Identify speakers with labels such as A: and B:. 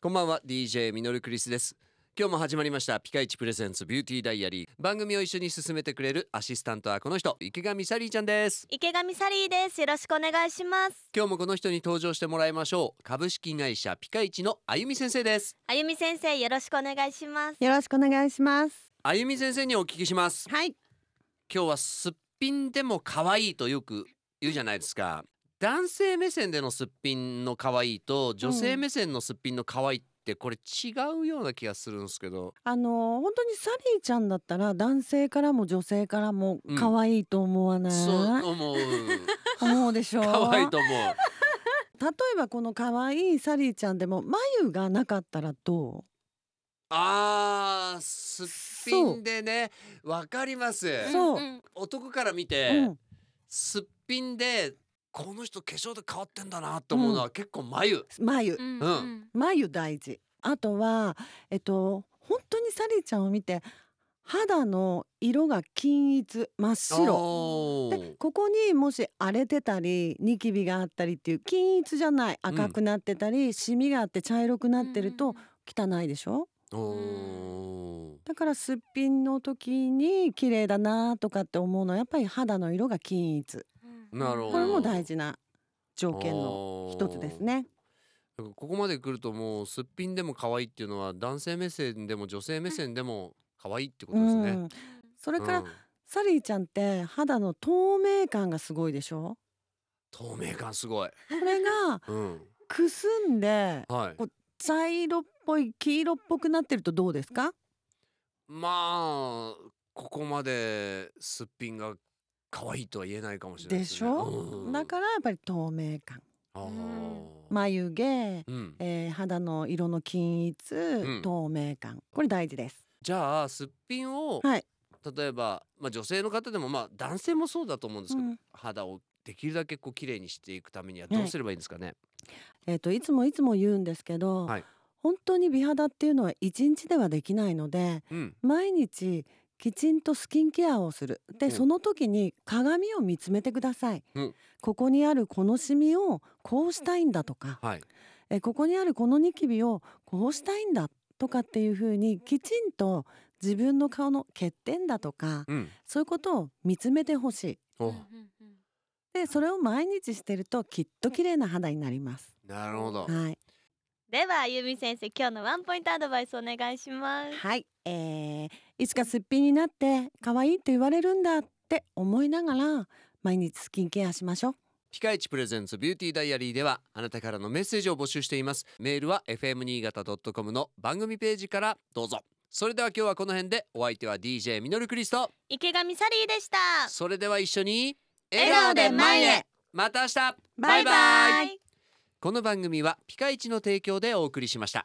A: こんばんは DJ ミノルクリスです今日も始まりましたピカイチプレゼンツビューティーダイアリー番組を一緒に進めてくれるアシスタントはこの人池上サリーちゃんです
B: 池上サリーですよろしくお願いします
A: 今日もこの人に登場してもらいましょう株式会社ピカイチのあゆみ先生です
B: あゆみ先生よろしくお願いします
C: よろしくお願いします。
A: あゆみ先生にお聞きします
C: はい。
A: 今日はすっぴんでも可愛いとよく言うじゃないですか男性目線でのすっぴんの可愛いと女性目線のすっぴんの可愛いってこれ違うような気がするんですけど
C: あのー本当にサリーちゃんだったら男性からも女性からも
A: うん
C: 可愛いと思わな い、
A: そう思う
C: 思うでしょ う。
A: 可愛いと思う
C: 例えばこの可愛いサリーちゃんでも眉がなかったらど
A: あーすっぴんでねわかります
C: そうん
B: ん
A: 男から見
C: う、
A: て、
C: うん、
A: すっぴんでこの人化粧で変わってんだなと思うのは結構眉、
C: 眉
B: う
A: う
B: ん
A: ん
B: うん
C: 眉大事あとはえっと本当にサリーちゃんを見て肌の色が均一真っ白
A: おー
C: でここにもし荒れてたりニキビがあったりっていう均一じゃない
A: ん
C: 赤くなってたり、シミがあって茶色くなってると汚いでしょ
A: おー
C: だからすっぴんの時に綺麗だなとかって思うのはやっぱり肌の色が均一
B: うん
A: なるほど
C: これも大事な条件の
A: の
C: 一つですね
A: ここまで来るともうすっぴんでも可愛いっていうのは男性目線でも女性目線でも可愛いってこと
C: う
A: ですね、うん
C: んそれから、サリーちゃんって肌の透明感がすごいでしょ
A: 透明感すごい、
C: これが
A: うん、
C: くすんで
A: はい
C: 茶色っぽい黄色っぽくなってるとどうですか
A: まあここまですっぴんが可愛いとは言えないかもしれない
C: ですし
A: ね
C: ょ
A: うん
C: だからやっぱり透明感
A: あー
B: うん
C: 眉毛、
A: うん、
C: えー肌の色の均一、
A: ん
C: 透明感これ大事です
A: じゃあすっぴんを、
C: はい
A: 例えば、まあ、女性の方でも、まあ、男性もそうだと思うんですけど、
C: うん
A: 肌をできるだけこう綺麗にしていくためにはどうすればいいんですかね、
C: えー、といつもいつも言うんですけど、
A: はい
C: 本当に美肌っていうのは一日ではできないので
A: うん
C: 毎日きちんとスキンケアをするで、
A: うん
C: その時に鏡を見つめてください、
A: うん
C: ここにあるこのシミをこうしたいんだとか、
A: はい
C: えーここにあるこのニキビをこうしたいんだとかっていうふうにきちんと自分の顔の欠点だとか
A: うん
C: そういうことを見つめてほしい
A: お
B: うんうん
C: でそれを毎日してるときっと綺麗な肌になります。
A: なるほど、
C: はい
B: ではあゆみ先生今日のワンポイントアドバイスお願いします
C: はい、えー、いつかすっぴんになって可愛いって言われるんだって思いながら毎日スキンケアしましょう
A: ピカイチプレゼンツビューティーダイアリーではあなたからのメッセージを募集していますメールは fm 新潟 .com の番組ページからどうぞそれでは今日はこの辺でお相手は DJ ミノルクリスト
B: 池上サリーでした
A: それでは一緒に
B: 笑顔で前へ
A: また明日
C: バイバイ
A: この番組はピカイチの提供でお送りしました